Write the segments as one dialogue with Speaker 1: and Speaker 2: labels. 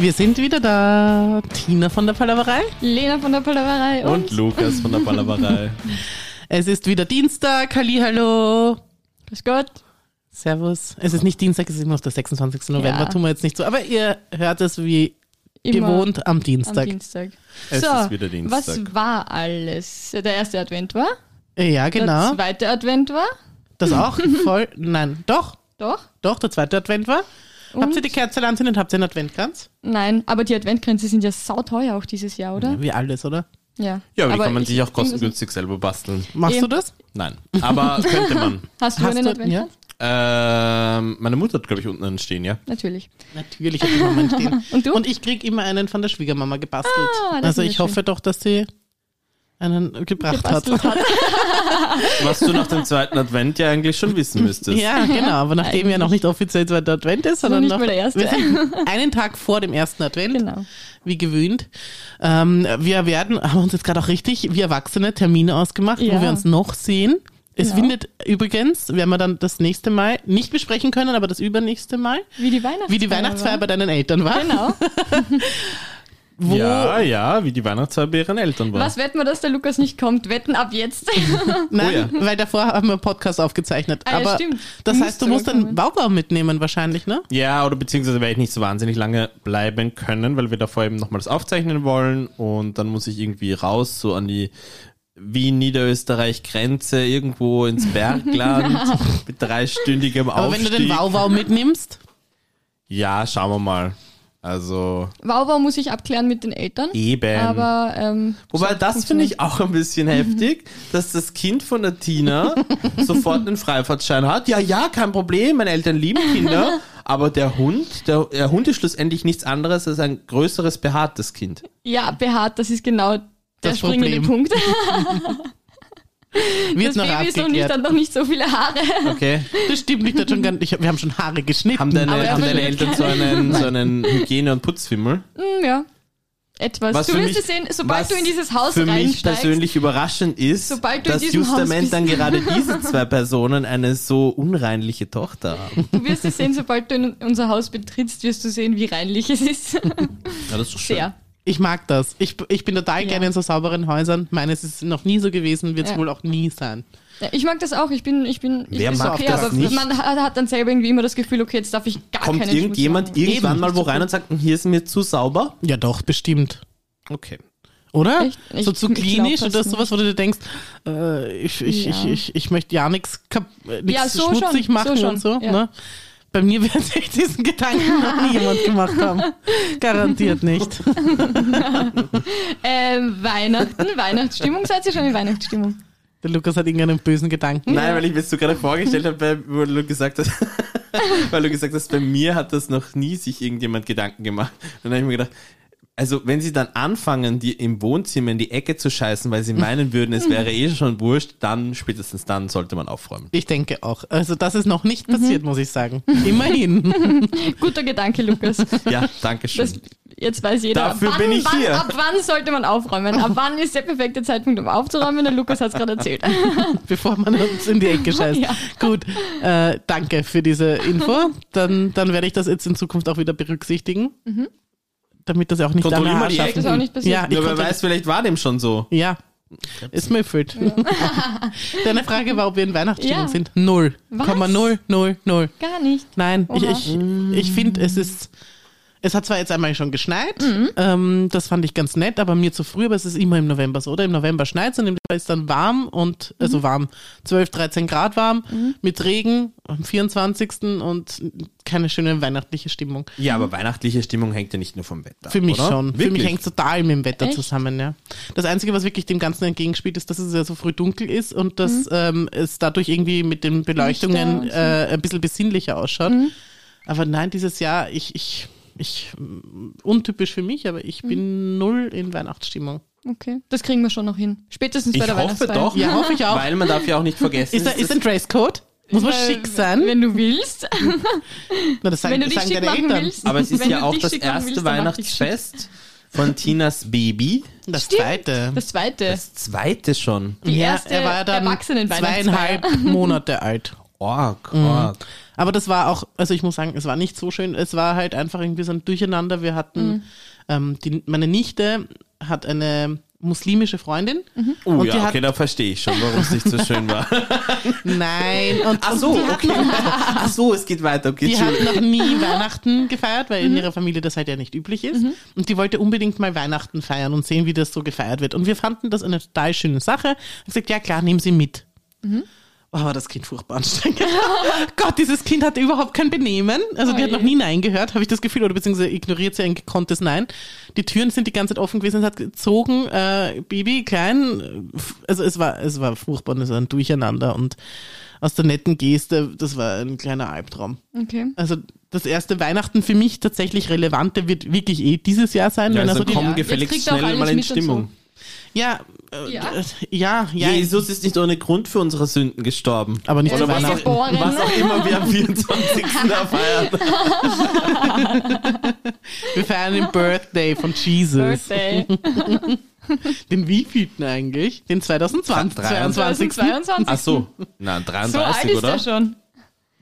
Speaker 1: Wir sind wieder da. Tina von der Palaverei.
Speaker 2: Lena von der Palaverei und,
Speaker 3: Und Lukas von der Ballerei.
Speaker 1: Es ist wieder Dienstag. Halli, hallo.
Speaker 2: Grüß Gott.
Speaker 1: Servus. Es ist nicht Dienstag, es ist immer noch der 26. November.
Speaker 2: Ja.
Speaker 1: Tun wir jetzt nicht so. Aber ihr hört es wie
Speaker 2: Immer
Speaker 1: gewohnt am
Speaker 2: am
Speaker 1: Dienstag.
Speaker 2: Dienstag.
Speaker 3: Es
Speaker 2: so,
Speaker 3: ist wieder Dienstag.
Speaker 2: was war alles? Der erste Advent war?
Speaker 1: ja, genau.
Speaker 2: Der zweite Advent war?
Speaker 1: Das auch voll. Nein, doch.
Speaker 2: Doch?
Speaker 1: Doch, der zweite Advent war. Habt
Speaker 2: Und?
Speaker 1: ihr die Kerze angezündet? Habt ihr einen Adventkranz?
Speaker 2: Nein, aber die Adventkränze sind ja sauteuer auch dieses Jahr, oder?
Speaker 1: Wie alles, oder?
Speaker 2: Ja.
Speaker 3: Ja, aber die
Speaker 2: Aber
Speaker 3: kann man
Speaker 2: ich-
Speaker 3: sich auch
Speaker 2: ich denke,
Speaker 3: kostengünstig selber basteln.
Speaker 1: Machst
Speaker 2: Eh.
Speaker 1: du das?
Speaker 3: Nein. Aber könnte man.
Speaker 2: Hast du
Speaker 1: Hast
Speaker 2: einen
Speaker 1: du-
Speaker 2: Adventkranz?
Speaker 3: Ähm, meine Mutter hat, glaube ich, unten einen stehen, ja?
Speaker 2: Natürlich.
Speaker 1: Natürlich hat die Mama einen stehen.
Speaker 2: Und du?
Speaker 1: Und ich krieg immer einen von der Schwiegermama gebastelt.
Speaker 2: Ah, das
Speaker 1: also
Speaker 2: ist
Speaker 1: ich
Speaker 2: ja
Speaker 1: hoffe doch, dass sie einen gebracht hat.
Speaker 2: Gebastelt hat.
Speaker 3: Was du nach dem zweiten Advent ja eigentlich schon wissen müsstest.
Speaker 1: Ja, genau. Aber nachdem ja noch nicht offiziell zweiter Advent ist, sondern
Speaker 2: nicht
Speaker 1: noch
Speaker 2: mal der erste.
Speaker 1: Wir sind einen Tag vor dem ersten Advent,
Speaker 2: Genau.
Speaker 1: wie gewöhnt. Ähm, wir werden, haben uns jetzt gerade auch richtig, wir Erwachsene, Termine ausgemacht, wo
Speaker 2: Ja.
Speaker 1: wir uns noch sehen. Es
Speaker 2: Genau.
Speaker 1: findet übrigens, werden wir dann das nächste Mal nicht besprechen können, aber das übernächste Mal,
Speaker 2: Wie die Weihnachtsfeier.
Speaker 1: wie die Weihnachtsfeier bei deinen Eltern war.
Speaker 2: war. Genau.
Speaker 1: Wo
Speaker 3: ja, ja, wie die Weihnachtsfeier bei ihren Eltern war.
Speaker 2: Was wetten wir, dass der Lukas nicht kommt? Wetten ab jetzt.
Speaker 1: Nein,
Speaker 3: Oh
Speaker 1: weil davor haben wir einen Podcast aufgezeichnet.
Speaker 2: Ah, ja,
Speaker 1: aber
Speaker 2: stimmt.
Speaker 1: das
Speaker 2: Musst
Speaker 1: heißt, du
Speaker 2: du
Speaker 1: musst
Speaker 2: bekommen.
Speaker 1: einen Baubaum mitnehmen wahrscheinlich, ne?
Speaker 3: Ja, oder beziehungsweise werde ich nicht so wahnsinnig lange bleiben können, weil wir davor eben nochmals aufzeichnen wollen und dann muss ich irgendwie raus, so an die Wien-Niederösterreich-Grenze, irgendwo ins Bergland mit dreistündigem
Speaker 1: Aber
Speaker 3: Aufstieg.
Speaker 1: wenn du den Baubaum mitnimmst,
Speaker 3: ja, schauen wir mal. Also
Speaker 2: Wauwau muss ich abklären mit den Eltern.
Speaker 3: eben.
Speaker 2: Aber ähm,
Speaker 3: Wobei
Speaker 2: so
Speaker 3: das finde ich auch ein bisschen heftig, dass das Kind von der Tina sofort einen Freifahrtschein hat. Ja, ja, kein Problem, meine Eltern lieben Kinder, aber der Hund, der, der Hund ist schlussendlich nichts anderes als ein größeres behaartes Kind.
Speaker 2: Ja, behaart, das ist genau der
Speaker 1: Das
Speaker 2: springende
Speaker 1: Problem.
Speaker 2: Punkt.
Speaker 1: wird
Speaker 2: Das
Speaker 1: noch
Speaker 2: Baby ist noch nicht,
Speaker 1: abgeklärt.
Speaker 2: hat noch nicht so viele Haare.
Speaker 3: Okay.
Speaker 1: Das stimmt nicht, hat schon gar nicht, ich, hab- wir haben schon Haare geschnitten.
Speaker 3: Haben deine,
Speaker 2: Aber er
Speaker 3: haben deine
Speaker 2: findet
Speaker 3: Eltern so einen, so einen Hygiene- und Putzfimmel?
Speaker 2: Hm, ja, etwas.
Speaker 3: Was
Speaker 2: du
Speaker 3: für
Speaker 2: wirst
Speaker 3: mich-
Speaker 2: es sehen, sobald
Speaker 3: was
Speaker 2: du in dieses Haus
Speaker 3: Für mich
Speaker 2: reinsteigst.
Speaker 3: persönlich überraschend ist,
Speaker 2: Sobald du in
Speaker 3: dass
Speaker 2: diesem Haus
Speaker 3: justament
Speaker 2: bist.
Speaker 3: dann gerade diese zwei Personen eine so unreinliche Tochter haben.
Speaker 2: Du wirst es sehen, sobald du in unser Haus betrittst, wirst du sehen, wie reinlich es ist.
Speaker 3: Ja, das ist doch schön.
Speaker 2: Sehr.
Speaker 1: Ich mag das. Ich, ich bin total
Speaker 2: Ja.
Speaker 1: gerne in so sauberen Häusern. Meines ist noch nie so gewesen, wird es
Speaker 2: Ja.
Speaker 1: wohl auch nie sein.
Speaker 2: Ja, ich mag das auch. Ich bin, ich bin, ich
Speaker 3: Wer
Speaker 2: bin
Speaker 3: mag
Speaker 2: okay,
Speaker 3: das
Speaker 2: aber
Speaker 3: nicht?
Speaker 2: man hat hat dann selber irgendwie immer das Gefühl, okay, jetzt darf ich gar
Speaker 3: Kommt
Speaker 2: keinen Schmutz
Speaker 3: irgendjemand
Speaker 2: machen.
Speaker 3: irgendwann
Speaker 1: Eben.
Speaker 3: mal wo rein und sagt, "Hm, hier ist mir zu sauber?
Speaker 1: Ja, doch, bestimmt.
Speaker 3: Okay.
Speaker 1: Oder?
Speaker 2: Echt? Ich-
Speaker 1: so zu
Speaker 2: ich glaub
Speaker 1: klinisch
Speaker 2: das
Speaker 1: oder sowas, wo du dir denkst, äh, ich, ich,
Speaker 2: Ja.
Speaker 1: ich, ich, ich möchte ja nichts
Speaker 2: Ja, so
Speaker 1: schmutzig
Speaker 2: schon,
Speaker 1: machen
Speaker 2: so schon,
Speaker 1: und so.
Speaker 2: ja.
Speaker 1: Ne? Bei mir wird sich diesen Gedanken noch nie jemand gemacht haben. Garantiert nicht.
Speaker 2: Ähm, Weihnachten, Weihnachtsstimmung. Seid ihr schon in Weihnachtsstimmung?
Speaker 1: Der Lukas hat irgendeinen bösen Gedanken.
Speaker 3: Nein, weil ich mir das so gerade vorgestellt habe, weil- wo du gesagt hast, weil du gesagt hast, bei mir hat das noch nie sich irgendjemand Gedanken gemacht. Und dann habe ich mir gedacht, also wenn sie dann anfangen, die im Wohnzimmer in die Ecke zu scheißen, weil sie meinen würden, es wäre eh schon wurscht, dann spätestens dann sollte man aufräumen.
Speaker 1: Ich denke auch. Also das ist noch nicht passiert,
Speaker 2: Mhm.
Speaker 1: muss ich sagen. Immerhin.
Speaker 2: Guter Gedanke, Lukas.
Speaker 3: Ja, danke schön.
Speaker 2: Das, jetzt weiß jeder,
Speaker 3: Dafür
Speaker 2: wann,
Speaker 3: bin ich
Speaker 2: wann,
Speaker 3: hier.
Speaker 2: ab wann sollte man aufräumen? Ab wann ist der perfekte Zeitpunkt, um aufzuräumen? Der Lukas hat es gerade erzählt.
Speaker 1: bevor man uns in die Ecke scheißt.
Speaker 2: Ja.
Speaker 1: Gut, äh, danke für diese Info. Dann, dann werde ich das jetzt in Zukunft auch wieder berücksichtigen, damit das auch nicht
Speaker 3: Kontrollier
Speaker 1: danach
Speaker 3: mal die
Speaker 1: schaffen.
Speaker 2: Das
Speaker 3: Ecken.
Speaker 2: Mhm. ist auch nicht passiert.
Speaker 1: Ja, ich
Speaker 3: Ja, wer
Speaker 1: kontrolliere-
Speaker 3: weiß, vielleicht war dem schon so.
Speaker 1: ja. ist mir erfüllt. Deine Frage war, ob wir in Weihnachtsstimmung
Speaker 2: Ja.
Speaker 1: sind. Null.
Speaker 2: Was?
Speaker 1: Komma null, null, null.
Speaker 2: Gar nicht.
Speaker 1: Nein, ich,
Speaker 2: Oha.
Speaker 1: ich, ich finde, es ist. Es hat zwar jetzt einmal schon geschneit, ähm, das fand ich ganz nett, aber mir zu früh, aber es ist immer im November so, oder? Im November schneit es und im Dezember ist dann warm und, also warm, 12, 13 Grad warm, mit Regen am 24. und keine schöne weihnachtliche Stimmung.
Speaker 3: Ja, aber weihnachtliche Stimmung hängt ja nicht nur vom Wetter.
Speaker 1: Für mich
Speaker 3: oder?
Speaker 1: schon. Für mich
Speaker 3: Wirklich?
Speaker 1: hängt es total mit dem Wetter
Speaker 2: Echt?
Speaker 1: zusammen, ja. Das Einzige, was wirklich dem Ganzen entgegenspielt, ist, dass es ja so früh dunkel ist und dass
Speaker 2: Mhm.
Speaker 1: ähm, es dadurch irgendwie mit den Beleuchtungen
Speaker 2: und so.
Speaker 1: äh, ein bisschen besinnlicher ausschaut.
Speaker 2: Mhm.
Speaker 1: Aber nein, dieses Jahr, ich, ich, ich, mm, untypisch für mich, aber
Speaker 2: Mhm.
Speaker 1: ich bin null in Weihnachtsstimmung.
Speaker 2: Okay. Das kriegen wir schon noch hin. Spätestens bei
Speaker 3: Ich
Speaker 2: der
Speaker 3: hoffe
Speaker 2: Weihnachtsfeier.
Speaker 3: doch,
Speaker 1: Ja, hoffe ich auch.
Speaker 3: weil man darf ja auch nicht vergessen,
Speaker 1: Ist, da,
Speaker 3: es
Speaker 1: ist ein Dresscode? Muss man
Speaker 2: Weil,
Speaker 1: schick sein?
Speaker 2: Wenn du willst.
Speaker 1: Na, das sagen,
Speaker 2: wenn du dich
Speaker 1: sagen
Speaker 2: schick
Speaker 1: deine
Speaker 2: machen
Speaker 1: Eltern.
Speaker 2: willst.
Speaker 3: Aber es ist
Speaker 2: Wenn
Speaker 3: ja
Speaker 2: du
Speaker 3: auch
Speaker 2: dich
Speaker 3: das
Speaker 2: schick machen
Speaker 3: erste
Speaker 2: willst, dann mach dich schick.
Speaker 3: Weihnachtsfest von Tinas Baby.
Speaker 1: Das
Speaker 2: Stimmt.
Speaker 1: zweite.
Speaker 2: Das zweite.
Speaker 3: Das zweite schon.
Speaker 2: die erste
Speaker 1: ja, er war dann
Speaker 2: Erwachsenen-Weihnachtsfeier.
Speaker 1: zweieinhalb Monate alt.
Speaker 3: Org, org.
Speaker 1: Aber das war auch, also ich muss sagen, es war nicht so schön. Es war halt einfach irgendwie so ein Durcheinander. Wir hatten, ähm, die, meine Nichte hat eine muslimische Freundin.
Speaker 3: Oh
Speaker 1: und die
Speaker 3: ja,
Speaker 1: hat,
Speaker 3: okay, da verstehe ich schon, warum es nicht so schön war.
Speaker 1: Nein, und,
Speaker 3: Ach
Speaker 1: und
Speaker 3: so,
Speaker 1: die hat
Speaker 3: okay. Ach so, es geht weiter. Okay,
Speaker 1: Die hat
Speaker 3: Entschuldigung.
Speaker 1: noch nie Weihnachten gefeiert, weil in ihrer Familie das halt ja nicht üblich ist. Und die wollte unbedingt mal Weihnachten feiern und sehen, wie das so gefeiert wird. Und wir fanden das eine total schöne Sache. Ich gesagt, ja klar, nehmen Sie mit. Oh, war das Kind furchtbar anstrengend. Gott, dieses Kind hatte überhaupt kein Benehmen. Also die hat
Speaker 2: Oje.
Speaker 1: noch nie Nein gehört, habe ich das Gefühl, oder beziehungsweise ignoriert sie ein gekonntes Nein. Die Türen sind die ganze Zeit offen gewesen, es hat gezogen, äh, Baby, klein. äh, f- Also es war, es war furchtbar, und es war ein Durcheinander und aus der netten Geste, das war ein kleiner Albtraum.
Speaker 2: Okay.
Speaker 1: Also das erste Weihnachten für mich tatsächlich relevante wird wirklich eh dieses Jahr sein.
Speaker 3: Ja,
Speaker 1: wenn
Speaker 3: also
Speaker 1: also die,
Speaker 3: komm
Speaker 2: Ja,
Speaker 3: gefälligst
Speaker 2: jetzt kriegt auch
Speaker 3: schnell
Speaker 2: alles
Speaker 3: mal in
Speaker 2: mit und so.
Speaker 3: Stimmung.
Speaker 1: ja, äh,
Speaker 2: Ja.
Speaker 1: äh, ja, ja,
Speaker 3: Jesus ist nicht ohne Grund für unsere Sünden gestorben.
Speaker 1: aber nicht
Speaker 2: Oder
Speaker 1: zu
Speaker 2: was
Speaker 1: Weihnachten.
Speaker 2: auch- geboren. ne?
Speaker 3: was auch immer wir am 24. da feiern.
Speaker 1: Wir feiern den Birthday von Jesus.
Speaker 2: Birthday.
Speaker 1: Den wievielten eigentlich? Den 2020, 22.
Speaker 2: 2022.
Speaker 3: Ach so, na,
Speaker 2: So alt
Speaker 3: 33,
Speaker 2: ist
Speaker 3: Ah, oder?
Speaker 2: er schon.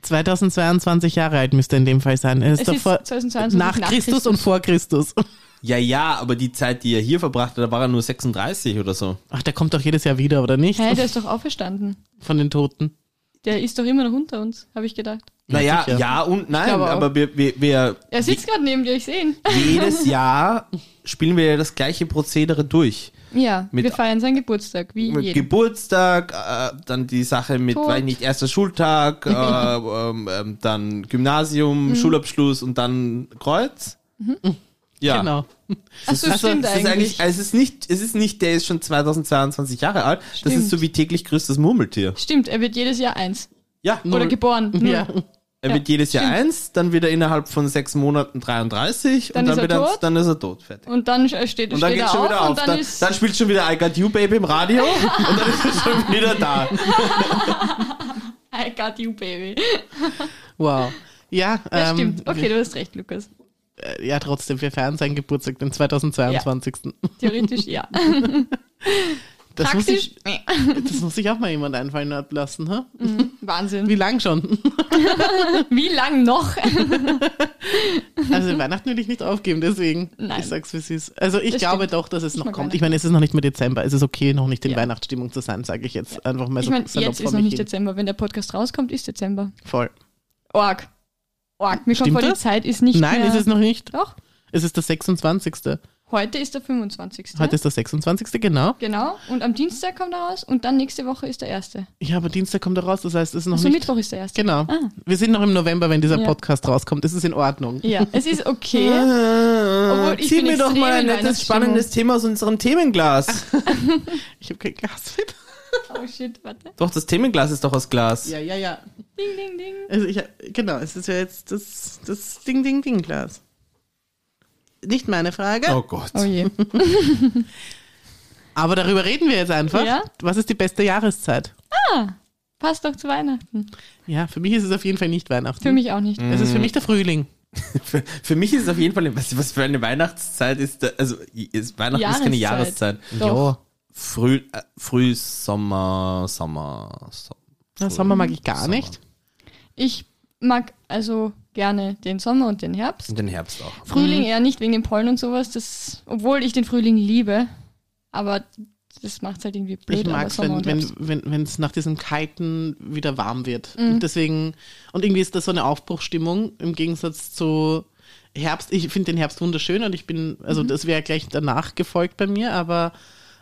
Speaker 1: 2022 Jahre alt halt müsste er in dem Fall sein. Er ist
Speaker 2: Es ist
Speaker 1: davor,
Speaker 2: 2022
Speaker 1: nach,
Speaker 2: nach
Speaker 1: Christus,
Speaker 2: Christus.
Speaker 1: und vor Christus.
Speaker 3: Ja, ja, aber die Zeit, die er hier verbracht hat, da war er nur 36 oder so.
Speaker 1: Ach, der kommt doch jedes Jahr wieder, oder nicht?
Speaker 2: Hä, der ist doch auferstanden.
Speaker 1: Von den Toten.
Speaker 2: Der ist doch immer noch unter uns, habe ich gedacht.
Speaker 3: Naja,
Speaker 1: sicher.
Speaker 3: ja und nein,
Speaker 2: glaube auch.
Speaker 3: aber wir, wir, wir
Speaker 2: Er sitzt gerade neben dir, ich sehe ihn.
Speaker 3: jedes Jahr spielen wir ja das gleiche Prozedere durch.
Speaker 2: Ja,
Speaker 3: Mit-
Speaker 2: wir feiern seinen Geburtstag, wie
Speaker 3: Mit
Speaker 2: jeden.
Speaker 3: Geburtstag, äh, dann die Sache mit,
Speaker 2: Tod.
Speaker 3: weiß nicht, erster Schultag, äh, ähm, ähm, dann
Speaker 2: Mhm.
Speaker 3: Gymnasium, Schulabschluss und dann Kreuz. Ja.
Speaker 1: Genau.
Speaker 2: Ach
Speaker 1: Also,
Speaker 2: so, Mhm. stimmt
Speaker 1: das
Speaker 3: Es ist
Speaker 2: eigentlich.
Speaker 3: eigentlich, es ist nicht, es ist nicht, der ist schon 2022 Jahre alt. Das ist
Speaker 2: Stimmt.
Speaker 3: so wie täglich grüßt das Murmeltier.
Speaker 2: Stimmt, er wird jedes Jahr eins.
Speaker 3: Ja,
Speaker 1: Null.
Speaker 2: Oder geboren. Null.
Speaker 1: Ja.
Speaker 3: er
Speaker 2: Ja,
Speaker 3: wird jedes Jahr
Speaker 2: stimmt.
Speaker 3: eins, dann wird er innerhalb von sechs Monaten 33
Speaker 2: Dann
Speaker 3: und
Speaker 2: ist er
Speaker 3: dann, wieder,
Speaker 2: tot.
Speaker 3: dann ist er tot, fertig.
Speaker 2: Und dann sch- steht,
Speaker 3: Und dann
Speaker 2: steht
Speaker 3: geht's
Speaker 2: er
Speaker 3: schon
Speaker 2: auf,
Speaker 3: wieder auf.
Speaker 2: und dann,
Speaker 3: Dann,
Speaker 2: ist...
Speaker 3: dann spielt schon wieder I Got You Baby im Radio und dann ist er schon wieder da.
Speaker 2: I got you, baby.
Speaker 1: Wow. Ja,
Speaker 2: Das
Speaker 1: ähm,
Speaker 2: stimmt. Okay, du hast recht, Lukas.
Speaker 1: äh, ja, trotzdem, wir feiern seinen Geburtstag, den 2022.
Speaker 2: Theoretisch ja.
Speaker 1: Das muss ich-
Speaker 2: Praktisch? Nee.
Speaker 1: Das muss sich auch mal jemand einfallen hat lassen, ha?
Speaker 2: Mhm. Wahnsinn.
Speaker 1: Wie lang schon?
Speaker 2: Wie lang noch?
Speaker 1: Also Weihnachten will ich nicht aufgeben, deswegen.
Speaker 2: Nein.
Speaker 1: Ich sag's wie es ist. Also ich
Speaker 2: Das
Speaker 1: glaube
Speaker 2: stimmt.
Speaker 1: doch, dass es noch
Speaker 2: mag
Speaker 1: kommt.
Speaker 2: Weihnachten.
Speaker 1: Ich meine, es ist noch nicht mehr Dezember. Es ist okay, noch nicht in
Speaker 2: Ja.
Speaker 1: Weihnachtsstimmung zu sein, sage ich jetzt einfach mal
Speaker 2: Ich
Speaker 1: so
Speaker 2: meine,
Speaker 1: salopp
Speaker 2: jetzt
Speaker 1: vor
Speaker 2: ist noch
Speaker 1: mich
Speaker 2: nicht
Speaker 1: hin.
Speaker 2: Dezember. Wenn der Podcast rauskommt, ist Dezember.
Speaker 1: Voll.
Speaker 2: Org. Org. Mir kommt
Speaker 1: Stimmt
Speaker 2: vor, die
Speaker 1: das?
Speaker 2: Zeit ist nicht
Speaker 1: Nein,
Speaker 2: mehr...
Speaker 1: ist es noch nicht.
Speaker 2: Doch.
Speaker 1: Es ist der 26.
Speaker 2: Heute ist der 25.
Speaker 1: Heute ist der 26. genau.
Speaker 2: genau. Und am Dienstag kommt er raus und dann nächste Woche ist der erste.
Speaker 1: Ja, aber Dienstag kommt er raus, das heißt, es ist noch
Speaker 2: Also
Speaker 1: nicht.
Speaker 2: Mittwoch ist der erste.
Speaker 1: Genau.
Speaker 2: Ah.
Speaker 1: Wir sind noch im November, wenn dieser
Speaker 2: Ja.
Speaker 1: Podcast rauskommt. Es ist in Ordnung.
Speaker 2: Ja, es ist okay.
Speaker 3: Obwohl,
Speaker 2: ich
Speaker 3: Zieh
Speaker 2: bin
Speaker 3: mir doch mal ein
Speaker 2: extrem in
Speaker 3: nettes,
Speaker 2: Weihnachtsstimmung.
Speaker 3: spannendes Thema aus unserem Themenglas.
Speaker 1: Ich habe kein Glas mit.
Speaker 2: Oh shit, warte.
Speaker 3: Doch, das Themenglas ist doch aus Glas.
Speaker 1: Ja, ja, ja.
Speaker 2: Ding, ding, ding.
Speaker 1: Also ich, genau, es ist ja jetzt das, das Ding-Ding-Ding-Glas. Nicht meine Frage,
Speaker 3: Oh Gott.
Speaker 2: Oh je.
Speaker 1: aber darüber reden wir jetzt einfach.
Speaker 2: Ja.
Speaker 1: Was ist die beste Jahreszeit?
Speaker 2: Passt doch zu Weihnachten.
Speaker 3: Mhm.
Speaker 1: Ja, für mich ist es auf jeden Fall nicht Weihnachten.
Speaker 2: Für mich auch nicht.
Speaker 1: Es ist für mich der Frühling.
Speaker 3: Für, für mich ist es auf jeden Fall, was, was für eine Weihnachtszeit ist, da, also ist, Weihnachten ist keine
Speaker 2: Jahreszeit.
Speaker 3: Jahreszeit.
Speaker 2: Doch.
Speaker 3: Früh, äh, Frühsommer, Sommer, Sommer.
Speaker 1: Na, Sommer mag ich gar
Speaker 3: Sommer.
Speaker 1: nicht.
Speaker 2: Ich mag also gerne den Sommer und den Herbst.
Speaker 3: Und den Herbst auch.
Speaker 2: Frühling eher nicht wegen dem Pollen und sowas, das, obwohl ich den Frühling liebe, aber das macht halt irgendwie blöd.
Speaker 1: Ich mag es,
Speaker 2: aber Sommer
Speaker 1: wenn
Speaker 2: und
Speaker 1: wenn
Speaker 2: Herbst.
Speaker 1: wenn, wenn's nach diesem Kalten wieder warm wird.
Speaker 2: Mhm.
Speaker 1: Und deswegen, und irgendwie ist das so eine Aufbruchsstimmung im Gegensatz zu Herbst. Ich finde den Herbst wunderschön und ich bin, also
Speaker 2: Mhm.
Speaker 1: das wäre gleich danach gefolgt bei mir, aber,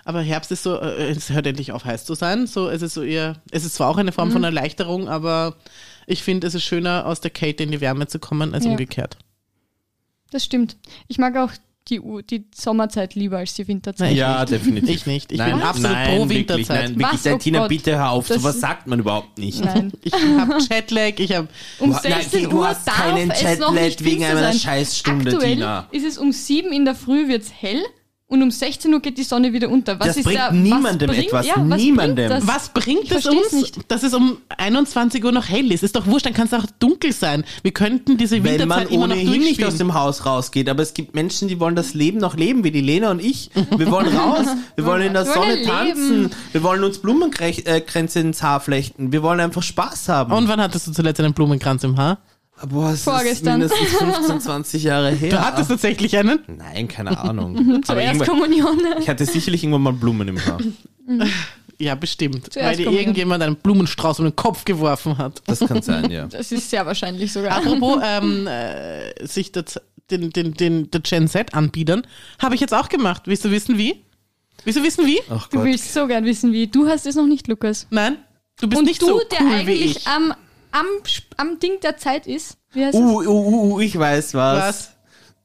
Speaker 1: aber Herbst ist so, äh, es hört endlich auf heiß zu sein. So, es ist so eher, es ist zwar auch eine
Speaker 2: Mhm.
Speaker 1: Form von Erleichterung, aber ich finde, es ist schöner, aus der Kälte in die Wärme zu kommen, als
Speaker 2: Ja.
Speaker 1: umgekehrt.
Speaker 2: Das stimmt. Ich mag auch die, U- die Sommerzeit lieber als die Winterzeit.
Speaker 1: Nein, Ich
Speaker 3: ja,
Speaker 1: nicht.
Speaker 3: definitiv.
Speaker 1: Ich nicht. Ich bin absolut pro
Speaker 3: Wirklich,
Speaker 1: Winterzeit.
Speaker 3: nein, wirklich,
Speaker 2: Was? Oh
Speaker 3: Tina,
Speaker 2: Gott.
Speaker 3: bitte hör auf.
Speaker 2: Das-
Speaker 3: Sowas sagt man überhaupt nicht.
Speaker 2: Nein.
Speaker 1: Ich habe Jetlag, ich habe
Speaker 2: Um
Speaker 3: Nein,
Speaker 2: 16
Speaker 3: du
Speaker 2: Uhr
Speaker 3: hast
Speaker 2: darf
Speaker 3: keinen
Speaker 2: es noch
Speaker 3: Jetlag
Speaker 2: nicht
Speaker 3: wegen
Speaker 2: finster
Speaker 3: einer
Speaker 2: sein.
Speaker 3: Scheißstunde,
Speaker 2: Aktuell
Speaker 3: Tina.
Speaker 2: ist es um 7 in der Früh wird's hell und um 16 Uhr geht die Sonne wieder unter. Was
Speaker 3: Das
Speaker 2: ist
Speaker 3: bringt
Speaker 2: da,
Speaker 3: niemandem
Speaker 2: was bringt,
Speaker 3: etwas.
Speaker 2: Ja, was
Speaker 3: Niemandem.
Speaker 2: Bringt das?
Speaker 1: Was bringt
Speaker 2: Ich
Speaker 1: es
Speaker 2: versteh's
Speaker 1: uns,
Speaker 2: nicht.
Speaker 1: dass es um 21 Uhr noch hell ist? Ist doch wurscht, dann kann es auch dunkel sein. Wir könnten diese
Speaker 3: Wenn man
Speaker 1: Winterzeit immer noch
Speaker 3: ohnehin nicht aus
Speaker 1: durchspielen.
Speaker 3: dem Haus rausgeht. Aber es gibt Menschen, die wollen das Leben noch leben, wie die Lena und ich. Wir wollen raus, wir wollen in der
Speaker 2: Wir
Speaker 3: Sonne
Speaker 2: wollen
Speaker 3: tanzen,
Speaker 2: leben.
Speaker 3: wir wollen uns Blumenkränze ins Haar flechten, wir wollen einfach Spaß haben.
Speaker 1: Und wann hattest du zuletzt einen Blumenkranz im Haar?
Speaker 3: Boah, es
Speaker 2: Vorgestern.
Speaker 3: ist mindestens 15, 20 Jahre her.
Speaker 1: Du hattest tatsächlich einen?
Speaker 3: Nein, keine Ahnung.
Speaker 2: Zur
Speaker 3: irgendwann-
Speaker 2: Erstkommunion.
Speaker 3: ich hatte sicherlich irgendwann mal Blumen im Haar.
Speaker 1: Ja, bestimmt.
Speaker 2: Zuerst
Speaker 1: weil dir
Speaker 2: kommen wir.
Speaker 1: irgendjemand einen Blumenstrauß um den Kopf geworfen hat.
Speaker 3: Das kann sein, ja.
Speaker 2: Das ist sehr wahrscheinlich sogar.
Speaker 1: Apropos ähm, äh, sich das, den, den, den, der Gen Z anbiedern, habe ich jetzt auch gemacht. Willst du wissen wie? Willst du wissen wie?
Speaker 3: Ach
Speaker 2: Du
Speaker 3: Gott.
Speaker 2: willst so gern wissen, wie. Du hast es noch nicht, Lukas.
Speaker 1: Nein, du bist
Speaker 2: und
Speaker 1: nicht
Speaker 2: du,
Speaker 1: so
Speaker 2: der
Speaker 1: cool wie
Speaker 2: eigentlich
Speaker 1: ich.
Speaker 2: am, am, Sp- am Ding der Zeit ist. Wie heißt
Speaker 3: Uh, uh, uh, uh, ich weiß was.
Speaker 1: Was?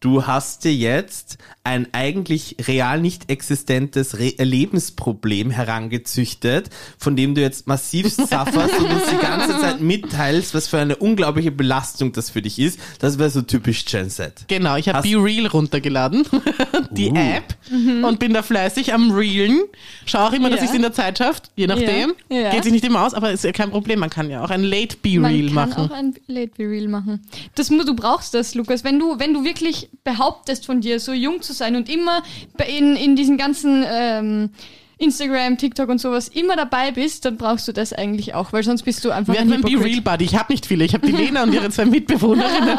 Speaker 3: Du hast dir jetzt ein eigentlich real nicht existentes Re äh, Lebensproblem herangezüchtet, von dem du jetzt massivst sufferst und uns die ganze Zeit mitteilst, was für eine unglaubliche Belastung das für dich ist. Das wäre so typisch Gen Z.
Speaker 1: Genau, ich
Speaker 3: Hast-
Speaker 1: habe Be Real runtergeladen, die
Speaker 3: Uh.
Speaker 1: App, und bin da fleißig am Reelen. Schau auch immer, dass
Speaker 2: Ja.
Speaker 1: ich es in der Zeit schaffe, je nachdem.
Speaker 2: Ja.
Speaker 1: Geht sich nicht immer aus, aber ist ja kein Problem. Man kann ja auch ein Late Be
Speaker 2: Man
Speaker 1: Real
Speaker 2: kann
Speaker 1: machen.
Speaker 2: auch ein Late Be Real machen. Das, mu- du brauchst das, Lukas. Wenn du, wenn du wirklich behauptest von dir, so jung zu sein und immer bei- in, in diesen ganzen ähm, Instagram, TikTok und sowas immer dabei bist, dann brauchst du das eigentlich auch, weil sonst bist du einfach
Speaker 1: Wir
Speaker 2: ein
Speaker 1: haben ein Be
Speaker 2: Hypocrite.
Speaker 1: Real Buddy. Ich habe nicht viele. Ich habe die Lena und ihre zwei Mitbewohnerinnen.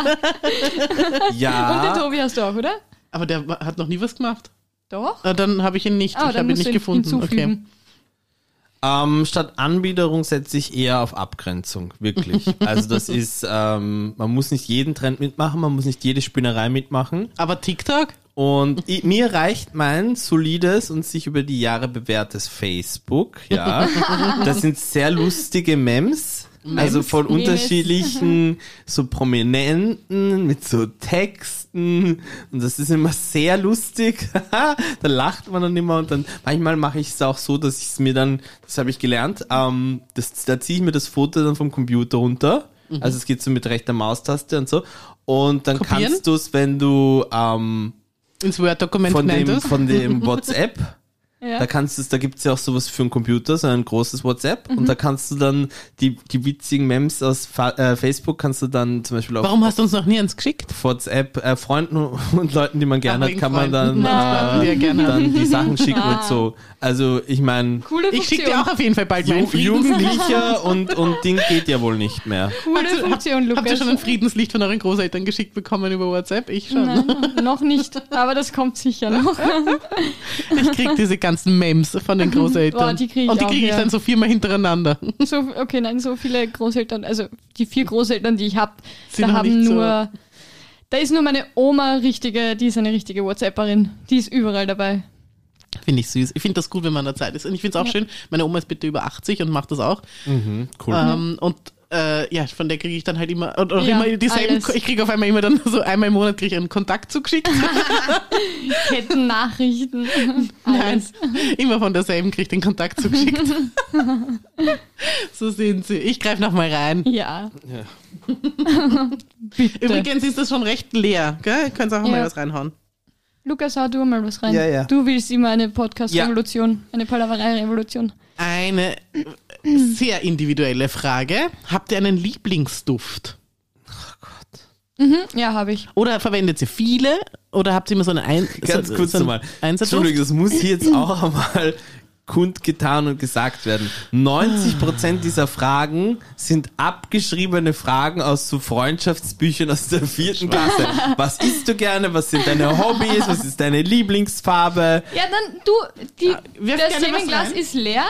Speaker 2: Und den
Speaker 3: Ja.
Speaker 2: Tobi hast du auch, oder?
Speaker 1: Aber der hat noch nie was gemacht.
Speaker 2: Doch.
Speaker 1: Äh, Dann habe ich ihn nicht.
Speaker 2: Ah,
Speaker 1: ich
Speaker 2: dann
Speaker 1: habe ihn
Speaker 2: musst
Speaker 1: nicht
Speaker 2: du ihn
Speaker 1: gefunden. Okay.
Speaker 2: hinzufügen.
Speaker 3: Ähm, statt Anbiederung setze ich eher auf Abgrenzung, wirklich. Also das ist, ähm, man muss nicht jeden Trend mitmachen, man muss nicht jede Spinnerei mitmachen.
Speaker 1: Aber TikTok?
Speaker 3: Und i- mir reicht mein solides und sich über die Jahre bewährtes Facebook. Ja, das sind sehr lustige Memes. Also von
Speaker 2: Memes.
Speaker 3: unterschiedlichen so Prominenten mit so Texten und das ist immer sehr lustig. da lacht man dann immer und dann manchmal mache ich es auch so, dass ich es mir dann, das habe ich gelernt, ähm, das, da ziehe ich mir das Foto dann vom Computer runter. Also es geht so mit rechter Maustaste und so und dann
Speaker 1: Kopieren?
Speaker 3: kannst du es, wenn du ähm,
Speaker 1: Ins Word-Dokument
Speaker 3: von
Speaker 1: meint
Speaker 3: dem,
Speaker 1: es?
Speaker 3: von dem WhatsApp.
Speaker 2: Ja.
Speaker 3: Da kannst du, da gibt's ja auch sowas für einen Computer, so ein großes WhatsApp.
Speaker 1: Mhm.
Speaker 3: Und da kannst du dann die, die witzigen Memes aus Fa äh, Facebook kannst du dann zum Beispiel auf
Speaker 1: Warum hast du uns noch nie eins geschickt?
Speaker 3: WhatsApp äh, Freunden und Leuten, die man gerne
Speaker 1: Ach,
Speaker 3: hat,
Speaker 1: wegen
Speaker 3: kann man
Speaker 1: Freunden.
Speaker 3: dann,
Speaker 1: Na,
Speaker 3: äh,
Speaker 1: die er gerne Ah. hat.
Speaker 3: dann die Sachen schicken und so. Also ich meine,
Speaker 2: Coole Funktion.
Speaker 1: Ich schicke dir auch auf jeden Fall bald meinen Friedenslicht.
Speaker 3: Jugendlicher und, und Ding geht ja wohl nicht mehr.
Speaker 2: Coole
Speaker 1: Habt ihr-
Speaker 2: Funktion,
Speaker 1: habt,
Speaker 2: Lukas.
Speaker 1: habt ihr schon ein Friedenslicht von euren Großeltern geschickt bekommen über WhatsApp? Ich schon.
Speaker 2: Nein, noch nicht, aber das kommt sicher noch.
Speaker 1: Ich krieg diese ganzen Memes von den Großeltern.
Speaker 2: Boah, die krieg ich
Speaker 1: Und die
Speaker 2: auch,
Speaker 1: kriege ich
Speaker 2: ja.
Speaker 1: dann so viermal hintereinander.
Speaker 2: So, okay, nein, so viele Großeltern, also die vier Großeltern, die ich habe,
Speaker 1: Sind
Speaker 2: da
Speaker 1: noch
Speaker 2: haben
Speaker 1: nicht so-
Speaker 2: nur, da ist nur meine Oma richtige, die ist eine richtige WhatsApperin, die ist überall dabei.
Speaker 1: Finde ich süß. Ich finde das gut, wenn man an der Zeit ist. Und ich finde es auch schön, meine Oma ist bitte über 80 und macht das auch.
Speaker 3: Mhm, Cool.
Speaker 1: Ähm, und äh, ja, von der kriege ich dann halt immer, und auch
Speaker 2: Ja,
Speaker 1: immer dieselben,
Speaker 2: alles.
Speaker 1: ich kriege auf einmal immer dann so einmal im Monat kriege ich einen Kontakt zugeschickt.
Speaker 2: Ketten Nachrichten.
Speaker 1: Nein,
Speaker 2: Alles.
Speaker 1: immer von derselben kriege ich den Kontakt zugeschickt. so sind sie. Ich greife nochmal rein.
Speaker 2: Ja.
Speaker 3: Ja.
Speaker 2: Bitte.
Speaker 1: Übrigens ist das schon recht leer, gell? Könnt ihr auch mal
Speaker 2: Ja.
Speaker 1: was reinhauen.
Speaker 2: Lukas, hau du mal was rein.
Speaker 3: Ja, ja.
Speaker 2: Du willst immer eine Podcast-Revolution, eine Palaverei-Revolution.
Speaker 1: Eine äh, sehr individuelle Frage. Habt ihr einen Lieblingsduft?
Speaker 2: Ja, habe ich.
Speaker 1: Oder verwendet ihr viele? Oder habt ihr immer so einen Ein
Speaker 3: Ganz
Speaker 1: so,
Speaker 3: kurz
Speaker 1: so einen
Speaker 3: nochmal.
Speaker 1: Einserduft?
Speaker 3: Entschuldigung, das muss hier jetzt auch einmal kundgetan und gesagt werden. 90% dieser Fragen sind abgeschriebene Fragen aus so Freundschaftsbüchern aus der vierten Klasse. Was isst du gerne? Was sind deine Hobbys? Was ist deine Lieblingsfarbe?
Speaker 2: Ja, dann du, die,
Speaker 1: wirf
Speaker 2: das
Speaker 1: gerne was
Speaker 2: Semenglas
Speaker 1: rein.
Speaker 2: ist leer.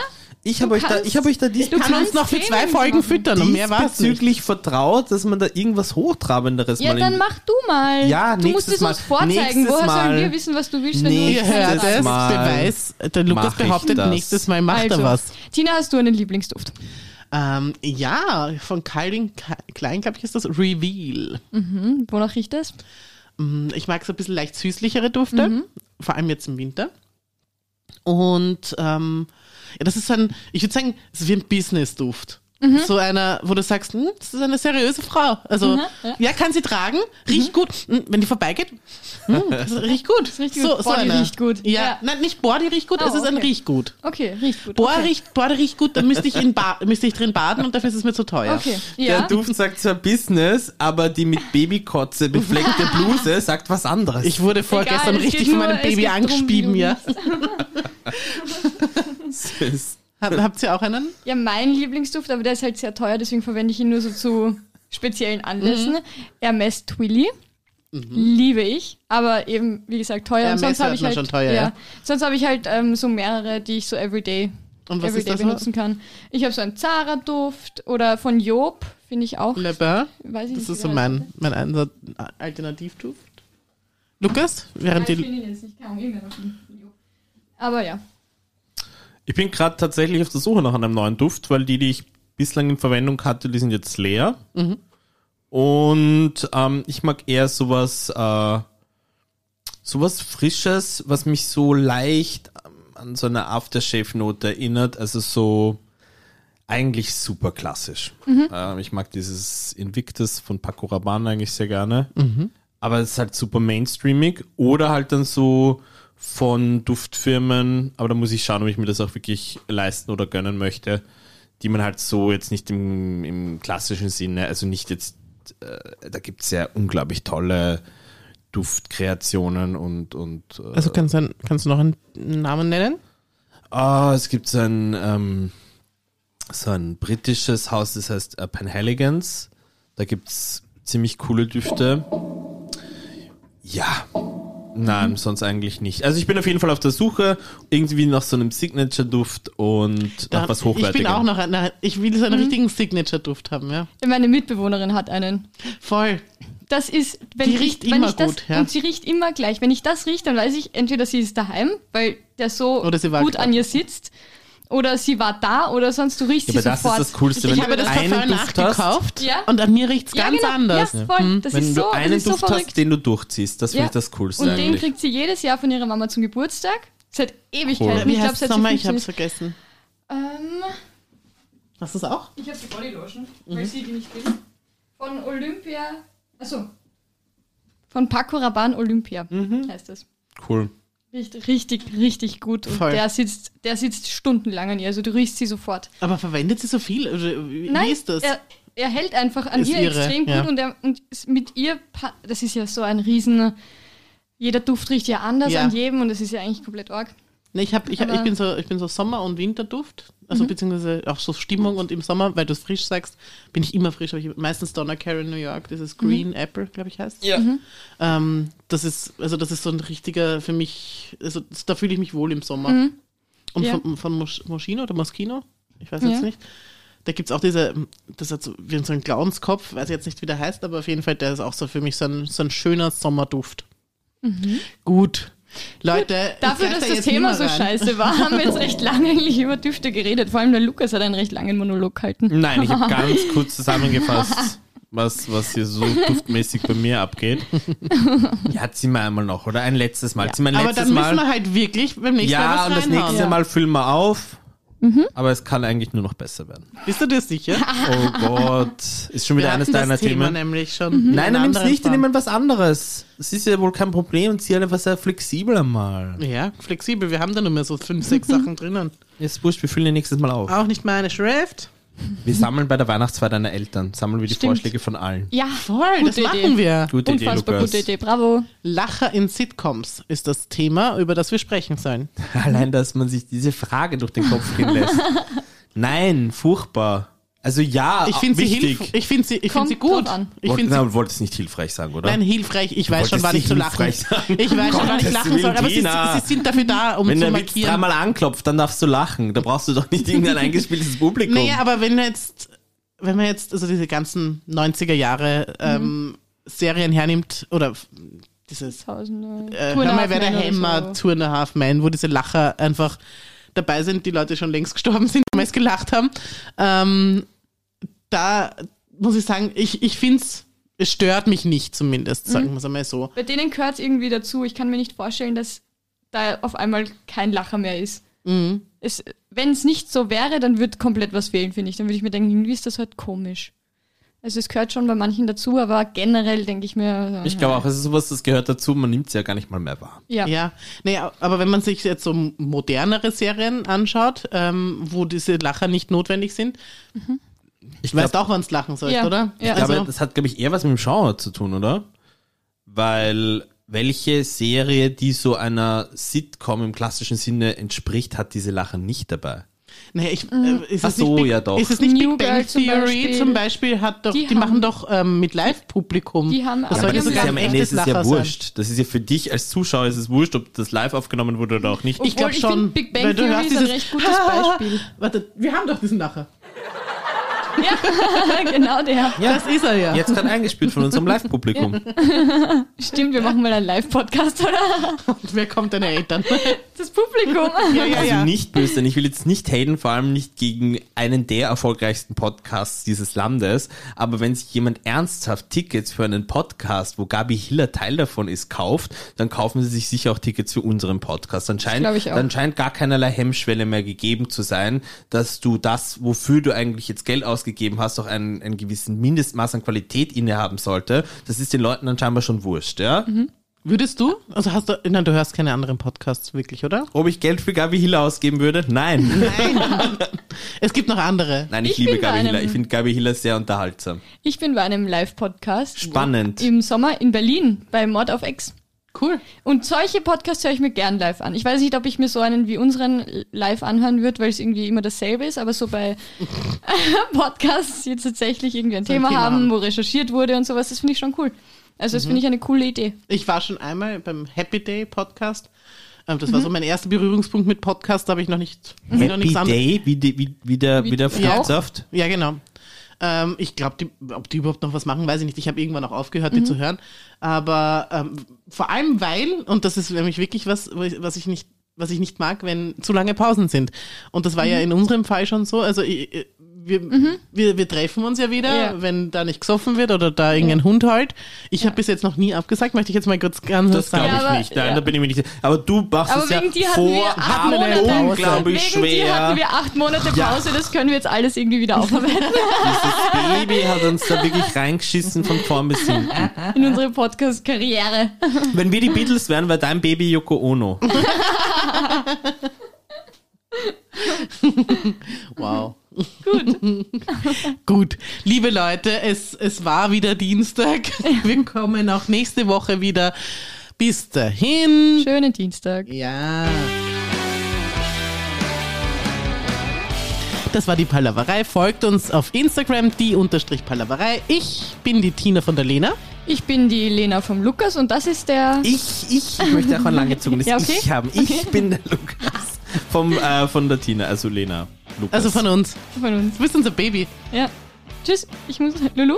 Speaker 3: Ich habe euch, da, ich hab euch da dies
Speaker 1: Du kannst uns
Speaker 2: kannst
Speaker 1: noch für
Speaker 2: Themen
Speaker 1: zwei Folgen
Speaker 2: machen.
Speaker 1: füttern und mehr war's nicht.
Speaker 3: diesbezüglich vertraut, dass man da irgendwas Hochtrabenderes
Speaker 2: Ja,
Speaker 3: mal
Speaker 2: dann
Speaker 3: in
Speaker 2: mach du mal.
Speaker 3: Ja,
Speaker 2: du
Speaker 3: nächstes
Speaker 2: musst es
Speaker 3: Mal.
Speaker 2: uns vorzeigen.
Speaker 3: Nächstes
Speaker 2: Woher
Speaker 3: Mal.
Speaker 2: sollen wir wissen, was du willst, wenn du
Speaker 1: Ihr
Speaker 2: uns keine
Speaker 1: hört
Speaker 3: Nächstes
Speaker 1: es,
Speaker 2: sagst?
Speaker 3: Mal
Speaker 1: Beweis. Der Lukas
Speaker 3: mach ich
Speaker 1: behauptet,
Speaker 3: das.
Speaker 1: nächstes Mal macht
Speaker 2: also,
Speaker 1: er was.
Speaker 2: Tina, hast du einen Lieblingsduft?
Speaker 1: Ähm, ja, von Calvin Ka- Klein, glaube ich, ist das Reveal.
Speaker 2: Hm, wonach riecht das?
Speaker 1: Hm, Ich mag so ein bisschen leicht süßlichere Düfte,
Speaker 2: Mhm.
Speaker 1: vor allem jetzt im Winter. Und ähm, ja, das ist so ein, ich würde sagen, es ist wie ein Business-Duft. Zu einer, wo du sagst, hm, das ist eine seriöse Frau. Also,
Speaker 2: Mhm,
Speaker 1: ja.
Speaker 2: ja. Mhm.
Speaker 1: kann sie tragen, riecht gut. Hm, wenn die vorbeigeht, hm, das riecht gut.
Speaker 2: Das riecht gut. Body riecht gut.
Speaker 1: Ja,
Speaker 2: Ja.
Speaker 1: nein, nicht Boah, die riecht gut,
Speaker 2: Ah,
Speaker 1: es ist ein
Speaker 2: okay.
Speaker 1: Riech gut.
Speaker 2: Okay, riecht gut.
Speaker 1: Boah,
Speaker 2: okay.
Speaker 1: riecht, Boah, riecht gut, dann müsste ich, in ba müsste ich drin baden und dafür ist es mir zu teuer.
Speaker 2: Okay,
Speaker 3: Der
Speaker 2: ja.
Speaker 3: Duft sagt zwar Business, aber die mit Babykotze befleckte Bluse sagt was anderes.
Speaker 1: Ich wurde vorgestern
Speaker 2: es geht
Speaker 1: richtig von
Speaker 2: nur-
Speaker 1: meinem
Speaker 2: es
Speaker 1: Baby
Speaker 2: geht drum, wie
Speaker 1: angespieben,
Speaker 2: du
Speaker 1: ja.
Speaker 3: weiß.
Speaker 1: Hab, habt ihr auch einen?
Speaker 2: Ja, mein Lieblingsduft, aber der ist halt sehr teuer, deswegen verwende ich ihn nur so zu speziellen Anlässen.
Speaker 1: Mhm.
Speaker 2: Hermes Twilly. Liebe ich, aber eben, wie gesagt, teuer.
Speaker 1: Hermes
Speaker 2: und sonst habe
Speaker 1: hört
Speaker 2: ich
Speaker 1: man
Speaker 2: halt,
Speaker 1: schon teuer, ja.
Speaker 2: Sonst habe ich halt ähm, so mehrere, die ich so everyday,
Speaker 1: Und was ist
Speaker 2: everyday
Speaker 1: das
Speaker 2: benutzen kann. Ich habe so einen Zara-Duft oder von Job, finde ich auch.
Speaker 1: Le Bain?
Speaker 2: weiß ich
Speaker 1: Das ist
Speaker 2: nicht, wie
Speaker 1: so
Speaker 2: der heißt.
Speaker 1: mein, mein Einsatz- äh, Alternativduft. Lukas, während
Speaker 2: Nein, ich
Speaker 1: die.
Speaker 2: finde ihn jetzt nicht, keine Ahnung, irgendwer davon. Aber ja.
Speaker 3: Ich bin gerade tatsächlich auf der Suche nach einem neuen Duft, weil die, die ich bislang in Verwendung hatte, die sind jetzt leer. Und ähm, ich mag eher sowas, äh, sowas Frisches, was mich so leicht ähm, an so eine Aftershave-Note erinnert. Also so eigentlich super klassisch. Ähm, ich mag dieses Invictus von Paco Rabanne eigentlich sehr gerne. Aber es ist halt super mainstreamig. Oder halt dann so von Duftfirmen, aber da muss ich schauen, ob ich mir das auch wirklich leisten oder gönnen möchte, die man halt so jetzt nicht im, im klassischen Sinne, also nicht jetzt, äh, da gibt es ja unglaublich tolle Duftkreationen und, und äh,
Speaker 1: Also kannst du, einen- kannst du noch einen Namen nennen?
Speaker 3: Ah, es gibt so ein, ähm, so ein britisches Haus, das heißt äh, Penhaligans. Da gibt es ziemlich coole Düfte. Ja. Nein, sonst eigentlich nicht. Also ich bin auf jeden Fall auf der Suche, irgendwie nach so einem Signature-Duft und nach was
Speaker 1: ich
Speaker 3: Hochwertigem.
Speaker 1: bin auch noch einer. Ich will so einen richtigen Signature-Duft haben, ja.
Speaker 2: Meine Mitbewohnerin hat einen.
Speaker 1: Voll.
Speaker 2: Das ist, wenn
Speaker 1: Die
Speaker 2: ich,
Speaker 1: riecht
Speaker 2: wenn
Speaker 1: immer
Speaker 2: ich das,
Speaker 1: gut, ja.
Speaker 2: Und sie riecht immer gleich. Wenn ich das rieche, dann weiß ich, entweder sie ist daheim, weil der so
Speaker 1: Oder sie war
Speaker 2: gut
Speaker 1: krank.
Speaker 2: an ihr sitzt, oder sie war da, oder sonst du riechst
Speaker 3: Ja, aber
Speaker 2: sie
Speaker 3: das
Speaker 2: sofort.
Speaker 3: ist das Coolste,
Speaker 1: Ich
Speaker 3: wenn du
Speaker 1: habe das Parfum
Speaker 3: einen Duft hast,
Speaker 1: nachgekauft
Speaker 2: Ja.
Speaker 1: und an mir riecht es
Speaker 2: ja,
Speaker 1: ganz
Speaker 2: genau.
Speaker 1: anders. Mhm.
Speaker 2: Ja, voll. Das
Speaker 3: Hm? Wenn
Speaker 2: ist
Speaker 3: du
Speaker 2: so, das
Speaker 3: einen
Speaker 2: ist so
Speaker 3: Duft hast,
Speaker 2: verrückt.
Speaker 3: den du durchziehst, das
Speaker 2: ja.
Speaker 3: finde ich das Coolste
Speaker 2: Und den
Speaker 3: eigentlich.
Speaker 2: kriegt sie jedes Jahr von ihrer Mama zum Geburtstag. Seit Ewigkeiten.
Speaker 3: Cool.
Speaker 1: Wie
Speaker 2: Ich glaube,
Speaker 1: heißt es
Speaker 2: seit sie
Speaker 1: nochmal? Ich
Speaker 2: 15
Speaker 1: habe es
Speaker 2: ist.
Speaker 1: vergessen.
Speaker 2: Ähm,
Speaker 1: Hast du es auch?
Speaker 2: ich habe die Bodylotion,
Speaker 3: Mhm.
Speaker 2: weil sie die nicht will. Von Olympia. Achso. Von Paco Rabanne Olympia
Speaker 3: Mhm.
Speaker 2: heißt das.
Speaker 3: Cool.
Speaker 2: Riecht richtig, richtig gut. Und
Speaker 1: Voll.
Speaker 2: der sitzt, der sitzt stundenlang an ihr. Also du riechst sie sofort.
Speaker 1: Aber verwendet sie so viel? Oder Wie, wie ist das?
Speaker 2: Er, er hält einfach an
Speaker 1: Ist
Speaker 2: ihr
Speaker 1: irre,
Speaker 2: extrem
Speaker 1: ja.
Speaker 2: gut und, er, und s- mit ihr, pa- das ist ja so ein riesen, jeder Duft riecht ja anders
Speaker 1: Ja.
Speaker 2: an jedem und das ist ja eigentlich komplett arg.
Speaker 1: Nee, ich, hab, ich, hab, ich,
Speaker 2: Aber- Mhm.
Speaker 1: bin so, ich bin so Sommer- und Winterduft, also beziehungsweise auch so Stimmung und im Sommer, weil du es frisch sagst, bin ich immer frisch, aber ich meistens Donna Karen New York, das ist Green
Speaker 2: Mhm.
Speaker 1: Apple, glaube ich, heißt.
Speaker 3: Ja.
Speaker 1: Ähm, das ist, also das ist so ein richtiger für mich, also das, da fühle ich mich wohl im Sommer. Und
Speaker 2: Mhm. Ja.
Speaker 1: von, von Mosch- Moschino oder Moschino, ich weiß
Speaker 2: Ja.
Speaker 1: jetzt nicht. Da gibt es auch diese, das hat so, wie so einen Clownskopf, weiß jetzt nicht, wie der heißt, aber auf jeden Fall, der ist auch so für mich so ein, so ein schöner Sommerduft. Gut. Leute, ich
Speaker 2: Dafür,
Speaker 1: sag
Speaker 2: dass
Speaker 1: da
Speaker 2: das
Speaker 1: jetzt
Speaker 2: Thema
Speaker 1: nimmer
Speaker 2: so
Speaker 1: rein.
Speaker 2: scheiße war, haben wir jetzt recht lange eigentlich über Düfte geredet. Vor allem der Lukas hat einen recht langen Monolog gehalten.
Speaker 3: Nein, ich habe ganz kurz zusammengefasst, was, was hier so duftmäßig bei mir abgeht. Ja, ziehen wir einmal noch, oder? Ein letztes Mal. Ziehen wir ein
Speaker 1: Aber
Speaker 3: letztes
Speaker 1: dann müssen wir
Speaker 3: Mal.
Speaker 1: halt wirklich beim nächsten
Speaker 3: Ja,
Speaker 1: Mal
Speaker 3: und
Speaker 1: was
Speaker 3: das nächste
Speaker 1: reinhauen. Mhm.
Speaker 2: Ja.
Speaker 3: Mal füllen wir auf. Aber es kann eigentlich nur noch besser werden.
Speaker 1: Bist du dir sicher?
Speaker 3: Oh Gott. Ist schon wieder
Speaker 1: Wir
Speaker 3: eines
Speaker 1: hatten das
Speaker 3: deiner
Speaker 1: Thema
Speaker 3: Themen.
Speaker 1: nämlich schon.
Speaker 3: Nein,
Speaker 1: in
Speaker 3: dann
Speaker 1: einem
Speaker 3: nimm's
Speaker 1: Mhm. anderen
Speaker 3: nicht, dann
Speaker 1: Fall.
Speaker 3: nimm was anderes. Es ist ja wohl kein Problem und zieh einfach sehr flexibel einmal.
Speaker 1: Ja, flexibel. Wir haben da nur mehr so fünf, sechs Sachen drinnen.
Speaker 3: Ist wurscht, wir füllen den nächstes Mal auf.
Speaker 1: Auch nicht meine Schrift.
Speaker 3: Wir sammeln bei der Weihnachtsfeier deiner Eltern. Sammeln wir die
Speaker 2: Stimmt.
Speaker 3: Vorschläge von allen.
Speaker 2: Ja,
Speaker 1: Voll, das
Speaker 2: Gute
Speaker 1: machen
Speaker 2: Idee.
Speaker 1: wir.
Speaker 3: Gute
Speaker 2: Unfassbar
Speaker 3: Idee, Lukas.
Speaker 2: gute Idee, bravo.
Speaker 1: Lacher in Sitcoms ist das Thema, über das wir sprechen sollen.
Speaker 3: Allein, dass man sich diese Frage durch den Kopf gehen lässt. Nein, furchtbar. Also ja,
Speaker 1: Ich finde sie,
Speaker 3: wichtig.
Speaker 1: hilf ich find sie, ich find
Speaker 2: Kommt
Speaker 1: sie gut.
Speaker 2: drauf an.
Speaker 1: Ich
Speaker 3: Wollt-
Speaker 1: finde sie
Speaker 3: na, wolltest nicht hilfreich sagen, oder?
Speaker 1: nein, hilfreich. Ich weiß
Speaker 3: wolltest
Speaker 1: schon, wann ich
Speaker 3: nicht
Speaker 1: zu lachen.
Speaker 3: hilfreich sagen.
Speaker 1: Ich weiß schon, wann ich
Speaker 3: Gottes
Speaker 1: lachen soll.
Speaker 3: Willen,
Speaker 1: Aber sie,
Speaker 3: Tina.
Speaker 1: sie sind dafür da, um
Speaker 3: Wenn
Speaker 1: zu
Speaker 3: der Witz
Speaker 1: markieren.
Speaker 3: dreimal anklopft, dann darfst du lachen. Da brauchst du doch nicht irgendein eingespieltes Publikum.
Speaker 1: Naja, aber wenn jetzt, wenn man jetzt also diese ganzen 90er Jahre ähm,
Speaker 2: Mhm.
Speaker 1: Serien hernimmt oder dieses
Speaker 2: Tausende.
Speaker 1: äh,
Speaker 2: Two
Speaker 1: Hör
Speaker 2: and a
Speaker 1: mal,
Speaker 2: Half
Speaker 1: wer der
Speaker 2: Men oder
Speaker 1: Hammer,
Speaker 2: so.
Speaker 1: Two and a Half Man, wo diese Lacher einfach dabei sind, die Leute schon längst gestorben sind, die meist gelacht haben. Ähm, da muss ich sagen, ich, ich finde es, es stört mich nicht zumindest,
Speaker 2: Mhm.
Speaker 1: sagen wir es einmal so.
Speaker 2: Bei denen gehört es irgendwie dazu. Ich kann mir nicht vorstellen, dass da auf einmal kein Lacher mehr ist. es, wenn es nicht so wäre, dann würde komplett was fehlen, finde ich. Dann würde ich mir denken, irgendwie ist das halt komisch. Also es gehört schon bei manchen dazu, aber generell denke ich mir. äh,
Speaker 3: Ich glaube auch, es ist sowas, das gehört dazu, man nimmt es ja gar nicht mal mehr wahr.
Speaker 2: Ja.
Speaker 1: Ja, naja, aber wenn man sich jetzt so modernere Serien anschaut, ähm, wo diese Lacher nicht notwendig sind,
Speaker 3: Ich
Speaker 1: weißt
Speaker 3: glaub-
Speaker 1: auch, wann es lachen sollst,
Speaker 2: Ja.
Speaker 1: oder?
Speaker 2: Ja.
Speaker 3: Ich glaube,
Speaker 1: Also,
Speaker 3: das hat, glaube ich, eher was mit dem Genre zu tun, oder? Weil welche Serie, die so einer Sitcom im klassischen Sinne entspricht, hat diese Lachen nicht dabei?
Speaker 1: nee, ich, äh, ist
Speaker 3: Ach
Speaker 1: es
Speaker 3: so,
Speaker 1: nicht Big,
Speaker 3: ja doch.
Speaker 1: Ist es nicht
Speaker 2: New
Speaker 1: Big Bang
Speaker 2: Girl zum
Speaker 1: Theory
Speaker 2: Beispiel.
Speaker 1: zum Beispiel, hat doch,
Speaker 2: Die
Speaker 1: die,
Speaker 2: haben-
Speaker 1: machen doch ähm, mit Live-Publikum.
Speaker 2: Die haben
Speaker 1: das
Speaker 2: aber-
Speaker 1: soll
Speaker 2: Ja,
Speaker 1: ja
Speaker 2: aber
Speaker 1: sogar
Speaker 2: das
Speaker 1: ein
Speaker 2: ist ja
Speaker 1: echtes Lacher sein.
Speaker 3: wurscht. Das ist ja für dich als Zuschauer ist es wurscht, ob das live aufgenommen wurde oder auch nicht.
Speaker 1: Ich glaube
Speaker 2: Obwohl, ich
Speaker 1: schon,
Speaker 2: find, Big Bang
Speaker 1: weil du
Speaker 2: Theory
Speaker 1: hörst
Speaker 2: ist ein
Speaker 1: dieses,
Speaker 2: recht gutes Beispiel.
Speaker 1: Warte, wir haben doch diesen Lacher.
Speaker 2: genau der.
Speaker 3: Ja.
Speaker 1: Das ist er ja.
Speaker 3: Jetzt gerade eingespielt von unserem Live-Publikum.
Speaker 2: Stimmt, wir machen mal einen Live-Podcast, oder?
Speaker 1: Und wer kommt deine Eltern?
Speaker 2: Das Publikum.
Speaker 1: ja, ja,
Speaker 3: Also
Speaker 1: ja.
Speaker 3: nicht böse, denn ich will jetzt nicht haten, vor allem nicht gegen einen der erfolgreichsten Podcasts dieses Landes. Aber wenn sich jemand ernsthaft Tickets für einen Podcast, wo Gabi Hiller Teil davon ist, kauft, dann kaufen sie sich sicher auch Tickets für unseren Podcast. Dann scheint,
Speaker 2: glaub ich auch.
Speaker 3: dann scheint gar keinerlei Hemmschwelle mehr gegeben zu sein, dass du das, wofür du eigentlich jetzt Geld ausgegeben hast, auch einen, einen gewissen Mindestmaß an Qualität innehaben sollte. Das ist den Leuten dann scheinbar schon wurscht, ja?
Speaker 2: Mhm.
Speaker 1: Würdest du? Also hast du, nein, du hörst keine anderen Podcasts wirklich, oder?
Speaker 3: Ob ich Geld für Gabi Hiller ausgeben würde? Nein.
Speaker 1: Es gibt noch andere.
Speaker 3: Nein, ich,
Speaker 2: Ich
Speaker 3: liebe
Speaker 2: bin bei
Speaker 3: Gabi
Speaker 2: einem-
Speaker 3: Hiller. Ich finde Gabi Hiller sehr unterhaltsam.
Speaker 2: Ich bin bei einem Live-Podcast
Speaker 3: Spannend.
Speaker 2: im Sommer in Berlin bei Mord auf Ex.
Speaker 1: Cool.
Speaker 2: Und solche Podcasts höre ich mir gern live an. Ich weiß nicht, ob ich mir so einen wie unseren live anhören würde, weil es irgendwie immer dasselbe ist, aber so bei Podcasts, die jetzt tatsächlich irgendwie ein
Speaker 1: ein
Speaker 2: Thema,
Speaker 1: Thema
Speaker 2: haben,
Speaker 1: haben.
Speaker 2: wo recherchiert wurde und sowas, das finde ich schon cool. Also das finde ich eine coole Idee.
Speaker 1: Ich war schon einmal beim Happy Day Podcast. Ähm, Das war so mein erster Berührungspunkt mit Podcast. Da habe ich noch nicht noch
Speaker 3: Happy
Speaker 1: nichts anderes-
Speaker 3: Day, wie, die- wie, wie der, wie,
Speaker 2: Wie-
Speaker 3: der
Speaker 2: wie auch?
Speaker 3: Fruchtsaft.
Speaker 1: Ja, genau. Ähm, ich glaube, ob die überhaupt noch was machen, weiß ich nicht. Ich habe irgendwann auch aufgehört, die zu hören. Aber ähm, vor allem weil, und das ist nämlich wirklich was, wo ich- was ich nicht was ich nicht mag, wenn zu lange Pausen sind. Und das war ja in unserem Fall schon so. Also ich, ich- wir, wir, wir treffen uns ja wieder,
Speaker 2: Ja.
Speaker 1: wenn da nicht gesoffen wird oder da irgendein Hund halt. Ich habe bis jetzt noch nie abgesagt, möchte ich jetzt mal kurz ganz
Speaker 3: Das glaube
Speaker 1: sagen.
Speaker 3: ich
Speaker 2: Ja, aber-
Speaker 3: nicht. Nein,
Speaker 2: ja.
Speaker 3: da bin ich mir nicht sicher. Aber du machst
Speaker 2: Aber
Speaker 3: es ja
Speaker 2: wegen die hatten wir acht
Speaker 3: vorhaben
Speaker 1: Monate Pause.
Speaker 3: unglaublich
Speaker 2: Wegen dir
Speaker 3: schwer.
Speaker 2: hatten wir acht Monate Pause, das können wir jetzt alles irgendwie wieder aufarbeiten
Speaker 3: Dieses Baby hat uns da wirklich reingeschissen von vorn bis hinten.
Speaker 2: in unsere Podcast-Karriere.
Speaker 3: Wenn wir die Beatles wären, wäre dein Baby Yoko Ono.
Speaker 1: Wow. Gut. Gut. Liebe Leute, es, es war wieder Dienstag. Wir kommen auch nächste Woche wieder. Bis dahin.
Speaker 2: Schönen Dienstag.
Speaker 1: Ja. Das war die Palaverei. Folgt uns auf Instagram, die unterstrich Palaverei. Ich bin die Tina von der Lena.
Speaker 2: Ich bin die Lena vom Lukas und das ist der
Speaker 3: Ich, ich, ich möchte auch ein langgezogenes
Speaker 2: Ja, okay.
Speaker 3: Ich haben. Ich bin der Lukas. Vom, äh, von der Tina, also Lena. Lukas.
Speaker 1: Also von uns.
Speaker 2: von uns.
Speaker 1: Du bist unser Baby.
Speaker 2: Ja. Tschüss, ich muss. Lulu?